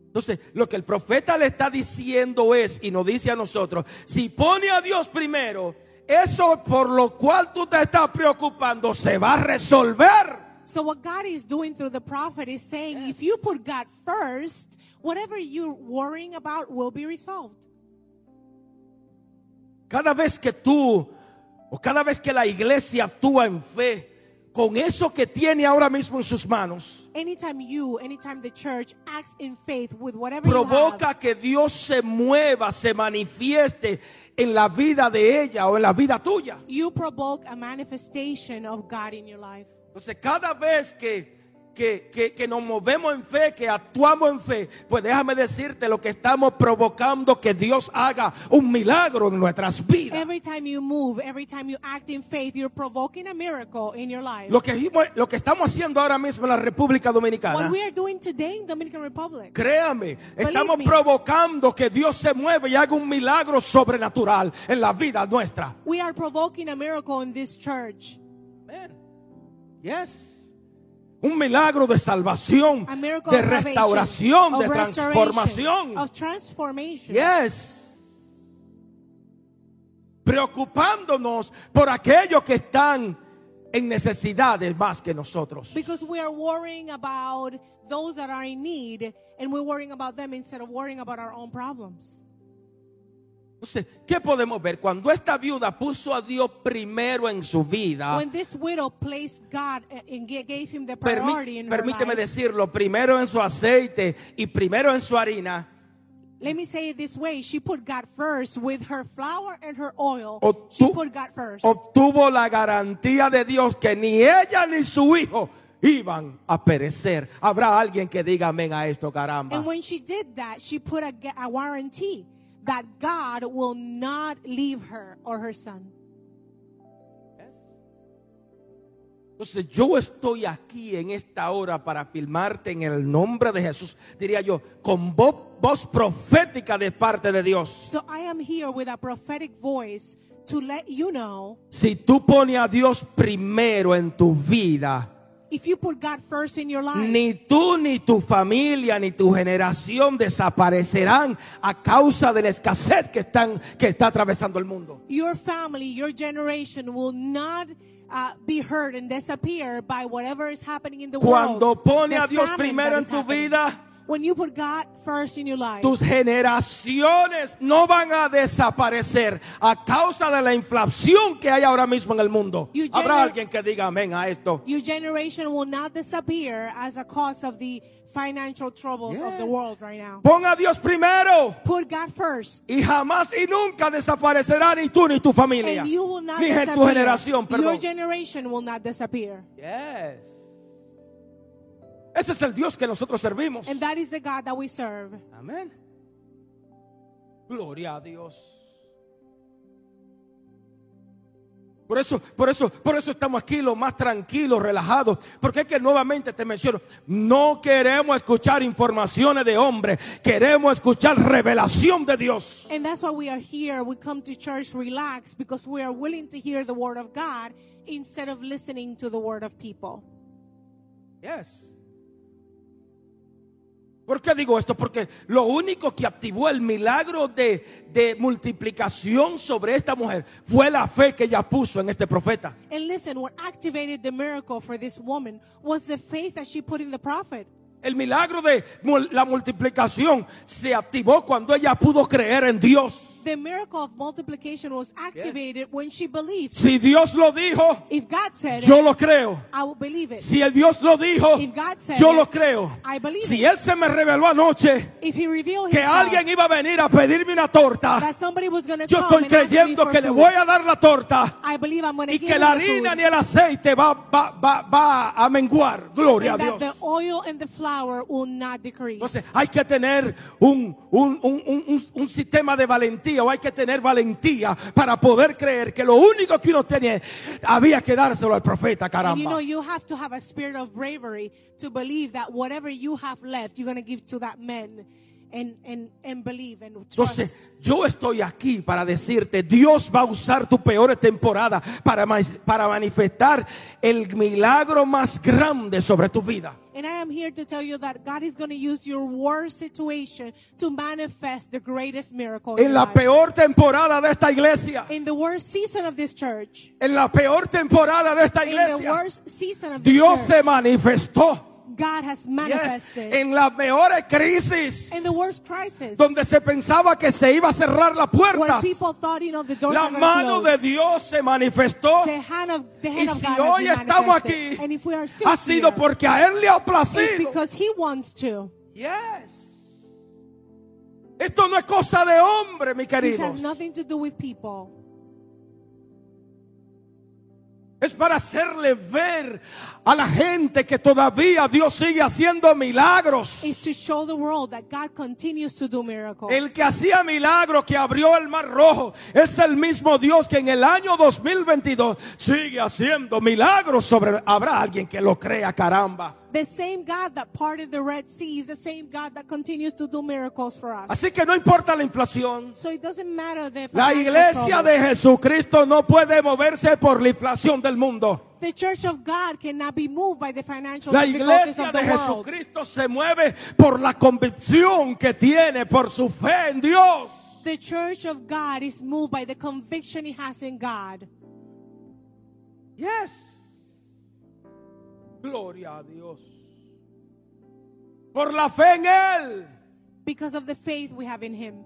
Entonces, lo que el profeta le está diciendo es, y nos dice a nosotros, si pone a Dios primero, eso por lo cual tú te estás preocupando se va a resolver. So what God is doing through the prophet is saying, if you put God first, whatever you're worrying about will be resolved. Cada vez que tú, o cada vez que la iglesia actúa en fe, con eso que tiene ahora mismo en sus manos, Anytime you, anytime the church acts in faith with whatever you have, provoca que Dios se mueva, se manifieste en la vida de ella o en la vida tuya. you provoke a manifestation of God in your life. Entonces, cada vez que que, que, que nos movemos en fe, que actuamos en fe, pues déjame decirte lo que estamos provocando que Dios haga un milagro en nuestras vidas. Every time you move, every time you act in faith, you're provoking a miracle in your life. Lo que, hicimos- lo que estamos haciendo ahora mismo en la República What Dominicana, we are doing today in Dominican Republic, créame, estamos me. provocando que Dios se mueva y haga un milagro sobrenatural en la vida nuestra. we are provoking a miracle in this church. Amen. Yes. Un milagro de salvación, A miracle de of salvation, restauración, of de restoration, transformación. Of transformation. Yes. Preocupándonos por aquellos que están en necesidades más que nosotros. Because we are worrying about those that are in need and we're worrying about them instead of worrying about our own problems. Entonces, ¿qué podemos ver? Cuando esta viuda puso a Dios primero en su vida, When this widow placed God uh, and ga- gave him the permi- priority in her permíteme life, decirlo, primero en su aceite y primero en su harina, let me say it this way, she put God first with her flour and her oil. O she tú- put God first. obtuvo la garantía de Dios que ni ella ni su hijo iban a perecer. Habrá alguien que diga amén a esto, caramba. And when she did that, she put a, gu- a warranty that God will not leave her or her son. Entonces yo estoy aquí en esta hora para filmarte en el nombre de Jesús, diría yo, con vo- voz profética de parte de Dios. So I am here with a prophetic voice to let you know Si tú pones a Dios primero en tu vida, if you put God first in your life, ni tú, ni tu familia, ni tu generación desaparecerán a causa de la escasez que, están, que está atravesando el mundo. your family, your generation will not uh, be hurt and disappear by whatever is happening in the Cuando world. pone The a Dios famine primero that en is tu happening. vida, when you put God first in your life, Tus generaciones no van a desaparecer a causa de la inflación que hay ahora mismo en el mundo. You gener- Habrá alguien que diga amén a esto. your generation will not disappear as a cause of the financial troubles of the Yes. world right now. Ponga a Dios primero Put God first. y jamás y nunca desaparecerá ni tú ni tu familia. And you will not Ni en disappear. tu generación, Your perdón. generation will not disappear. Yes. Ese es el Dios que nosotros servimos. And that is the God that we serve. Amén. Gloria a Dios. Por eso, por eso, por eso estamos aquí lo más tranquilos, relajados. Porque es que nuevamente te menciono, no queremos escuchar informaciones de hombre, queremos escuchar revelación de Dios. And that's why we are here. We come to church relaxed because we are willing to hear the word of God instead of listening to the word of people. Yes. ¿Por qué digo esto? Porque lo único que activó el milagro de, de multiplicación sobre esta mujer fue la fe que ella puso en este profeta. And listen, what activated the miracle for this woman was the faith that she put in the prophet. El milagro de mul- la multiplicación se activó cuando ella pudo creer en Dios. The miracle of multiplication was activated when she believed. Si Dios lo dijo, If God said yo it, lo creo. I will believe it. Si el Dios lo dijo, If God said yo it, lo creo. I believe Si it. Él se me reveló anoche If he revealed que himself alguien iba a venir a pedirme una torta, that somebody was going to yo come estoy and ask me creyendo for que le food, voy a dar la torta I believe I'm going to y give que him la the harina food. ni el aceite va, va, va, va a menguar. Gloria a and that Dios. the oil and the flour will not decrease. Entonces hay que tener un, un, un- un- un- un sistema de valentía o hay que tener valentía para poder creer que lo único que uno tenía había que dárselo al profeta, and you know, caramba. you have to have a spirit of bravery to believe that whatever you have left, you're going to give to that man and, and, and believe and trust. Entonces yo estoy aquí para decirte, Dios va a usar tu peor temporada para, ma- para manifestar el milagro más grande sobre tu vida. and I am here to tell you that God is going to use your worst situation to manifest the greatest miracle. in En your la life. peor temporada de esta iglesia, in the worst season of this church, en la peor temporada de esta in the iglesia, worst season of this Dios church, se manifestó. God has Yes, manifested En las peores crisis, in the worst crisis donde se pensaba que se iba a cerrar las where puertas, people thought, you know, the doors la are gonna mano close. de Dios se manifestó. The hand of, the Y hand of si God has hoy been estamos aquí, manifested. and if we are still ha sido here, porque a Él le ha it's placido. because He wants to. Yes. Esto no es cosa de hombre, mi This querido. has nothing to do with people. Es para hacerle ver a la gente que todavía Dios sigue haciendo milagros. is to show the world that God continues to do miracles. El que hacía milagros, que abrió el mar rojo, es el mismo Dios que en el año 2022 sigue haciendo milagros sobre... Habrá alguien que lo crea, caramba. The same God that parted the Red Sea is the same God that continues to do miracles for us. Así que no importa la inflación. So it doesn't matter the La financial iglesia troubles. de Jesucristo no puede moverse por la inflación del mundo. the church of God cannot be moved by the financial La difficulties iglesia of de the world. Jesucristo se mueve por la convicción que tiene, por su fe en Dios. The church of God is moved by the conviction it has in God. Yes. Gloria a Dios. Por la fe en Él. Because of the faith we have in Him.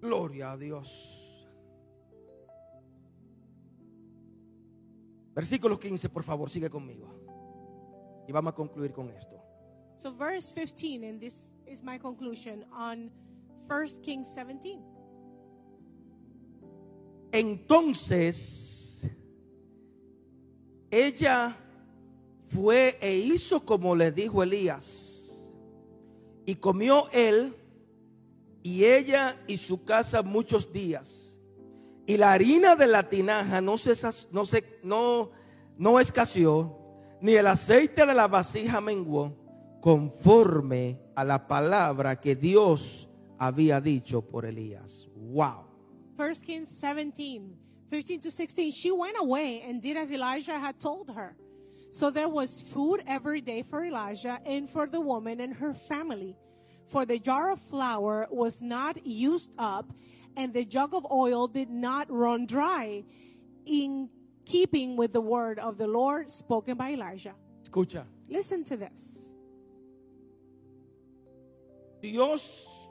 Gloria a Dios. Versículo 15, por favor, sigue conmigo. Y vamos a concluir con esto. So, verse 15, and this is my conclusion on 1 Kings 17. Entonces, ella fue e hizo como le dijo Elías. Y comió él y ella y su casa muchos días. Y la harina de la tinaja no se, sas- no se no, no escaseó, ni el aceite de la vasija menguó, conforme a la palabra que Dios había dicho por Elías. Wow. 1 Kings 17, 15 to 16. She went away and did as Elijah had told her. So there was food every day for Elijah and for the woman and her family. For the jar of flour was not used up, and the jug of oil did not run dry, in keeping with the word of the Lord spoken by Elijah. Escucha. Listen to this. Dios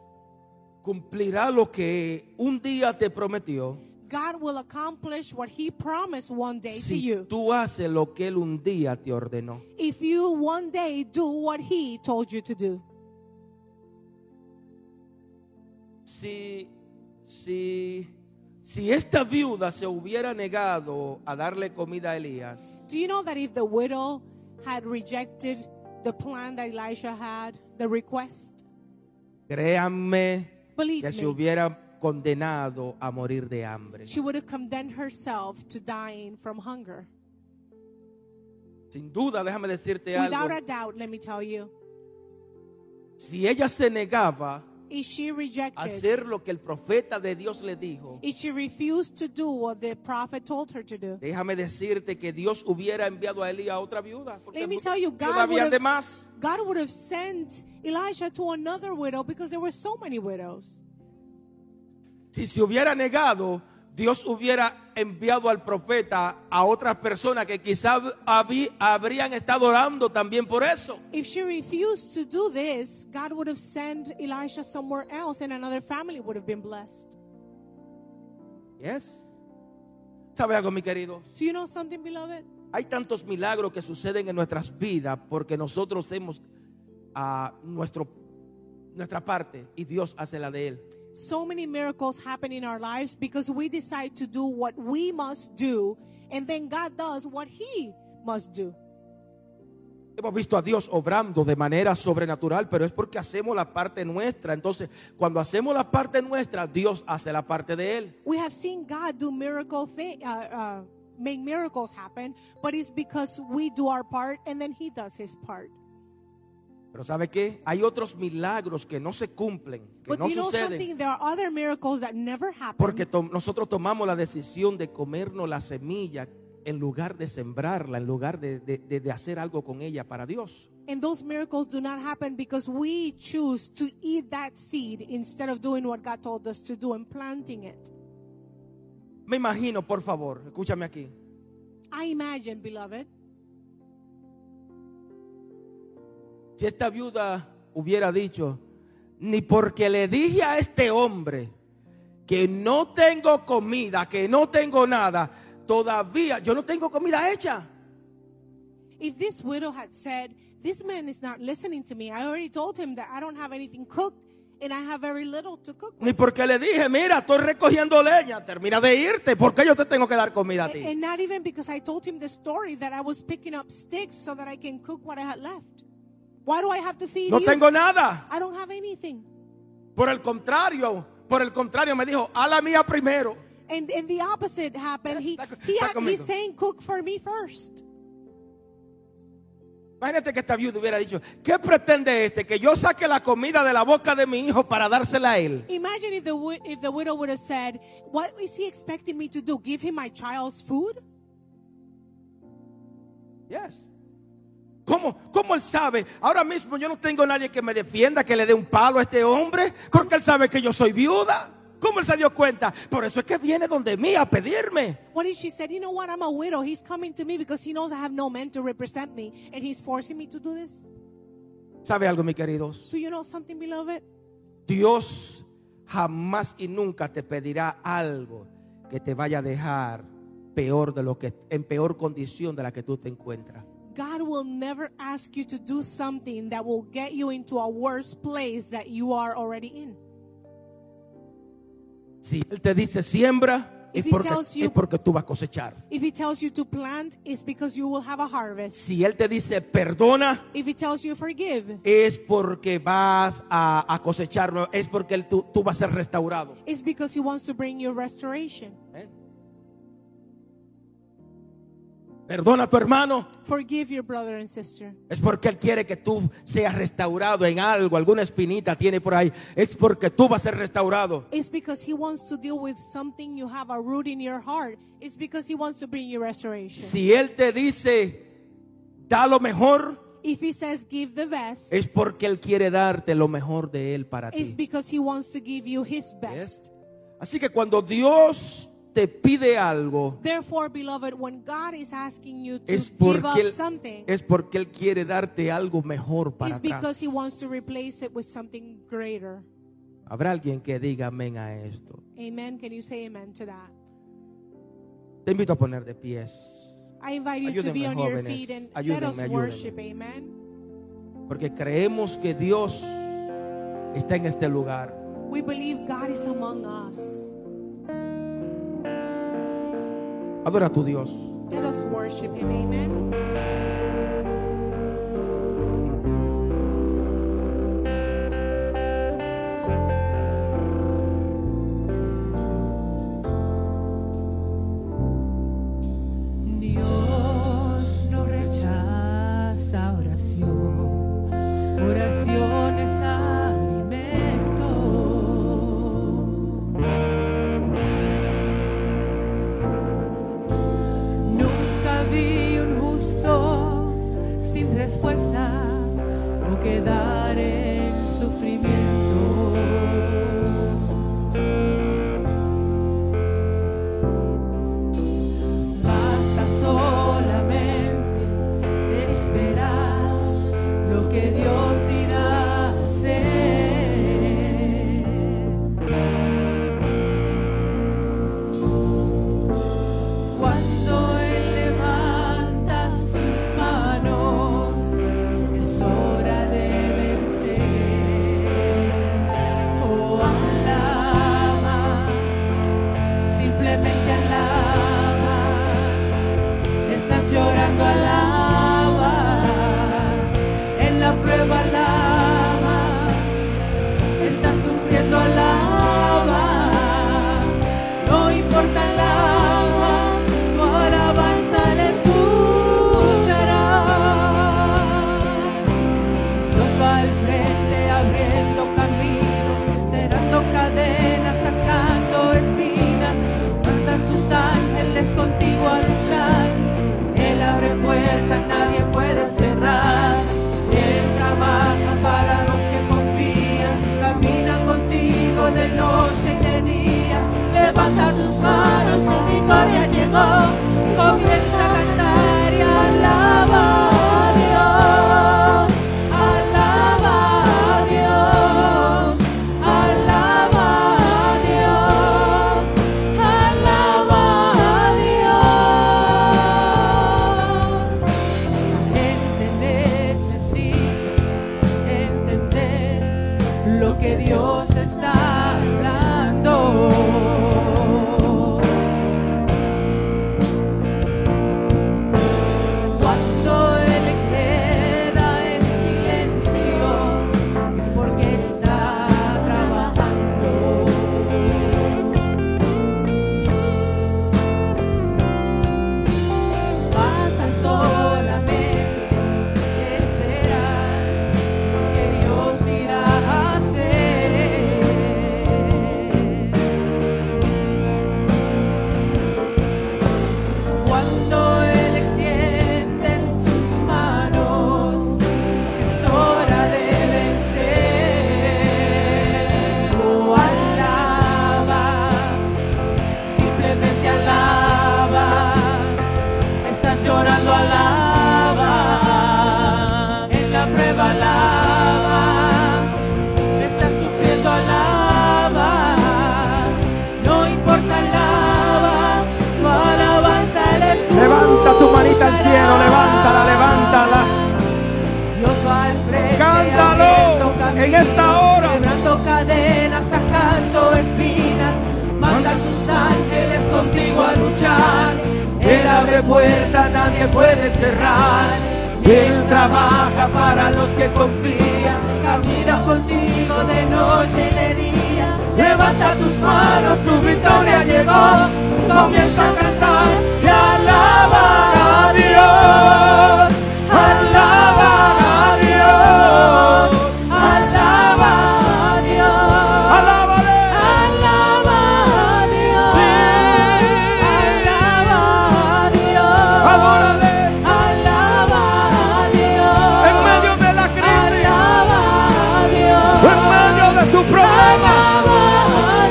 cumplirá lo que un día te prometió God will accomplish what he promised one day to si you. tú haces lo que Él un día te ordenó. If you one day do what he told you to do. Si, si, si esta viuda se hubiera negado a darle comida a Elías, Do you know that if the widow had rejected the plan that Elisha had, the request, créanme believe que se me, hubiera condenado a morir de hambre. she would have condemned herself to dying from hunger. Sin duda, déjame decirte Without a algo. doubt, let me tell you, Si ella se negaba if she a rejected, hacer lo que el profeta de Dios le dijo, if she refused to do what the prophet told her to do, Déjame decirte que Dios hubiera enviado a Elías a otra viuda. Porque Let me tell you, God viuda había would've- de más. God would have sent Elisha to another widow because there were so many widows. Si se hubiera negado, Dios hubiera enviado al profeta a otras personas que quizás habi- habrían estado orando también por eso. If she refused to do this, God would have sent Elisha somewhere else and another family would have been blessed. Yes. ¿Sabe algo, mi querido? Do you know something, beloved? Hay tantos milagros que suceden en nuestras vidas porque nosotros hemos a nuestro nuestra parte y Dios hace la de él. So many miracles happen in our lives because we decide to do what we must do, and then God does what He must do. Hemos visto a Dios obrando de manera sobrenatural, pero es porque hacemos la parte nuestra. Entonces, cuando hacemos la parte nuestra, Dios hace la parte de Él. We have seen God do miracle thing, uh, uh, make miracles happen, but it's because we do our part and then He does His part. Pero ¿sabe qué? Hay otros milagros que no se cumplen, que But no you know suceden, something? There are other miracles that never happen porque to- nosotros tomamos la decisión de comernos la semilla en lugar de sembrarla, en lugar de, de- de- de hacer algo con ella para Dios. And those miracles do not happen because we choose to eat that seed instead of doing what God told us to do and planting it. Me imagino, por favor, escúchame aquí, I imagine, beloved, si esta viuda hubiera dicho, ni porque le dije a este hombre que no tengo comida, que no tengo nada, todavía yo no tengo comida hecha. if this widow had said, This man is not listening to me, I already told him that I don't have anything cooked, and I have very little to cook with. Ni porque le dije, mira, estoy recogiendo leña, termina de irte, ¿por qué yo te tengo que dar comida a And, ti? and not even because I told him the story that I was picking up sticks so that I can cook what I had left. Why do I have to feed No you? tengo nada. I don't have anything. Por el contrario, por el contrario, me dijo, a la mía primero. And and the opposite happened. He Está- he está had, conmigo. he's saying cook for me first. Imagínate que esta viuda hubiera dicho, ¿qué pretende este? Que yo saque la comida de la boca de mi hijo para dársela a él. Imagine if the wi- if the widow would have said, "What is he expecting me to do? Give him my child's food?" Yes. ¿Cómo, ¿Cómo él sabe? Ahora mismo yo no tengo nadie que me defienda, que le dé un palo a este hombre, porque él sabe que yo soy viuda. ¿Cómo él se dio cuenta? Por eso es que viene donde mí a pedirme. What if she said, "You know what? I'm a widow. He's coming to me because he knows I have no man to represent me, and he's forcing me to do this." ¿Sabe algo, mis queridos? Do you know something, beloved? Dios jamás y nunca te pedirá algo que te vaya a dejar peor de lo que en peor condición de la que tú te encuentras. God will never ask you to do something that will get you into a worse place that you are already in. Si él te dice siembra, es If he porque, tells you- es porque tú vas a cosechar. If he tells you to plant, it's because you will have a harvest. Si él te dice perdona, If he tells you forgive, es porque vas a, a cosechar, nuevo, es porque él- tú, tú vas a ser restaurado. it's because he wants to bring you restoration. ¿Eh? Perdona a tu hermano, Forgive your brother and sister. es porque él quiere que tú seas restaurado en algo, alguna espinita tiene por ahí, es porque tú vas a ser restaurado. It's because he wants to deal with something you have a root in your heart. It's because he wants to bring you restoration. Si él te dice da lo mejor, If he says give the best, es porque él quiere darte lo mejor de él para it's ti. because he wants to give you his Yes. best. Así que cuando Dios te pide algo, Therefore, beloved, when God is asking you to es give porque, up él, something, es porque Él quiere darte algo mejor para it's because atrás. He wants to replace it with something greater. Habrá alguien que diga amén a esto. Amen. Can you say amen to that? Te invito a poner de pies, I invite you to be Ayúdenme, on your jóvenes. feet and let Ayúdenme, us ayúdenme. worship. Amen. porque creemos que Dios está en este lugar. We believe God is among us. Adora a tu Dios. Let us worship Him. Amen. Dios no rechaza oración, oración es alimento. Nunca vi un justo sin respuesta o quedar en sufrimiento. Basta solamente esperar lo que Dios irá a hacer. Cuando Él levanta sus manos, es hora de vencer. Oh, alaba simplemente alaba. Estás llorando, alaba. En la prueba, alaba. Estás sufriendo, alaba. No importa, alaba. Tu alabanza la escuchará. Dios va al frente abriendo camino, cerrando cadenas, sacando espinas. Cantan sus ángeles contigo a luchar. Él abre puertas, nadie puede cerrar. Él trabaja para los que confían. Camina contigo de noche y de día. Levanta tus manos, tu victoria llegó. Comienza a cantar y alaba a Dios. Alaba a Dios, alaba a Dios, alaba a Dios. Él te necesita entender lo que Dios abre puertas nadie puede cerrar. Él trabaja para los que confían. Camina contigo de noche y de día. Levanta tus manos, tu victoria llegó. Comienza a cantar y alaba a Dios. Alaba a Dios. Alaba a Dios. Alábale. Alaba a Dios. Alaba a Dios. Adórale. Alaba a Dios. En medio de la crisis. Alaba a Dios. En medio de tus problemas. Alaba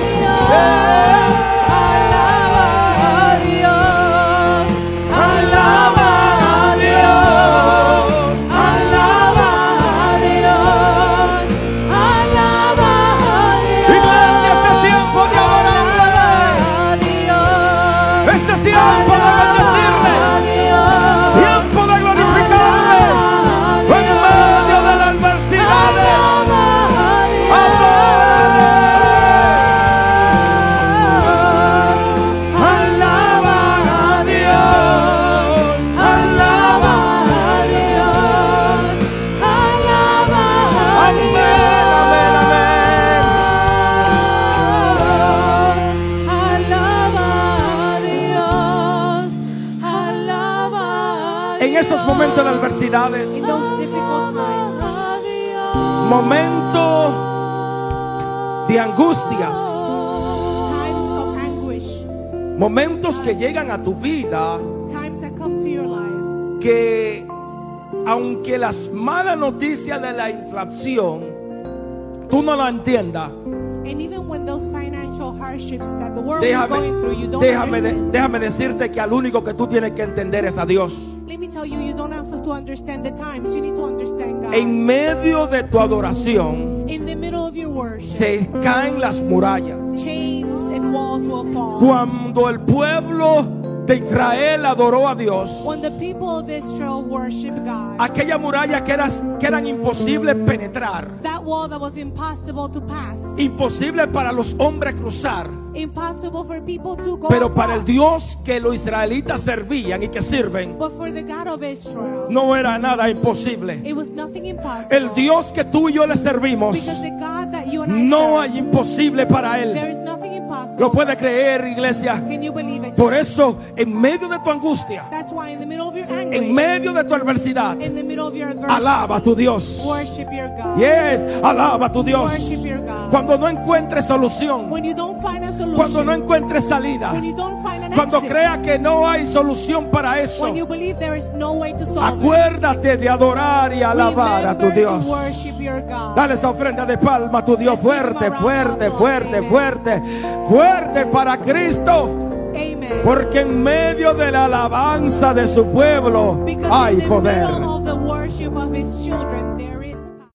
a Dios. Alaba a Dios. Alaba a Dios. Alaba a Dios. Alaba a Dios. Iglesia, este tiempo de adorarle. Alaba a Dios. Este tiempo de Alaba a bendecirle. Dios. Tiempo de glorificarle. En medio de la adversidad. Alaba a Dios. Alaba a Dios. Alaba a Dios, alaba a Amén, amén, amén. Dios, alaba a Dios, alaba a Dios. En esos momentos de adversidades, In those difficult times, Alaba a Dios, momentos de angustias, times of anguish, momentos que llegan a tu vida times that come to your life, que aunque las malas noticias de la inflación tú no la entiendas, and even when those financial hardships that the world is déjame, going through, you don't déjame, de- understand. déjame decirte que al único que tú tienes que entender es a Dios. Let me tell you, you don't have to understand the times. You need to understand God. En medio de tu adoración In the middle of your worship, se caen las murallas. chains and walls will fall. Cuando el pueblo de Israel adoró a Dios, When the people of Israel worship God, aquella muralla que, eras- que eran imposible penetrar, that wall that was impossible to pass, imposible para los hombres cruzar, impossible for people to go. pero para el across. Dios que los israelitas servían y que sirven, But for the God of Israel, no era nada imposible. it was nothing impossible. El Dios que tú y yo le servimos, because the God that you and I no serve, hay imposible para there Él. is nothing impossible. Lo puede creer, iglesia. Can you believe it? Por eso, en medio de tu angustia, That's why in the middle of your anger, en medio de tu adversidad, in the middle of your adversity, alaba a tu Dios. worship your God. Yes, alaba a tu Dios. Worship your God. Cuando no encuentres solución, when you don't find a solution, cuando no encuentres salida, when you don't find an cuando exit, crea que no hay solución para eso, when you believe there is no way to solve it, acuérdate de adorar y alabar a tu remember Dios. to worship your God. Dale esa ofrenda de palma a tu Dios fuerte, fuerte, fuerte, fuerte, fuerte para Cristo, Amen. porque en medio de la alabanza de su pueblo because hay in the poder. middle of the worship of His children, there